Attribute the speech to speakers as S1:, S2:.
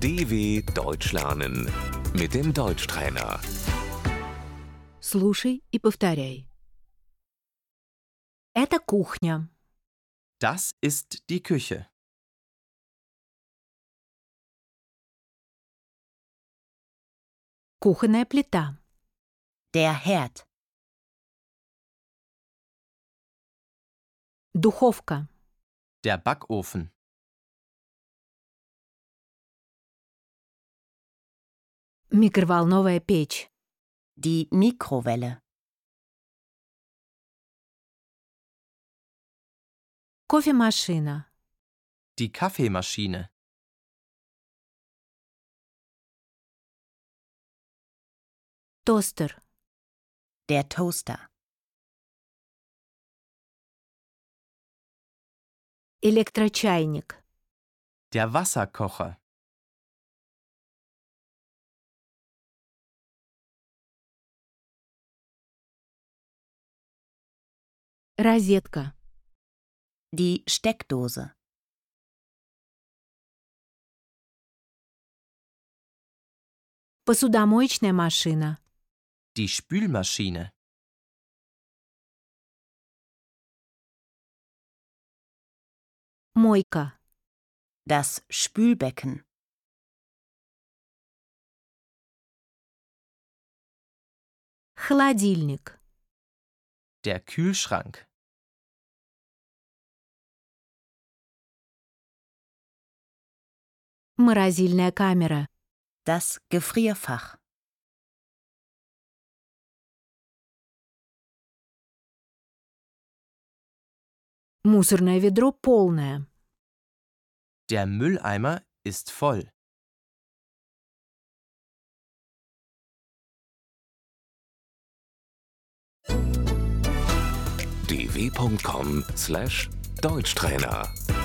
S1: DW Deutsch lernen mit dem Deutschtrainer.
S2: Слушай и повторяй. Это кухня.
S3: Das ist die Küche.
S2: Кухонная плита. Der Herd. Духовка.
S3: Der Backofen.
S2: Микроволновая печь.
S4: Die Mikrowelle.
S2: Кофемашина.
S3: Die Kaffeemaschine.
S2: Тостер.
S4: Der Toaster.
S2: Электрочайник.
S3: Der Wasserkocher.
S2: Розетка.
S4: Die Steckdose.
S2: Посудомоечная машина.
S3: Die Spülmaschine.
S2: Мойка.
S4: Das Spülbecken.
S2: Холодильник.
S3: Der Kühlschrank.
S2: Морозильная камера.
S4: Das Gefrierfach.
S2: Мусорное ведро полное.
S3: Der Mülleimer ist voll.
S1: dw.com/deutschtrainer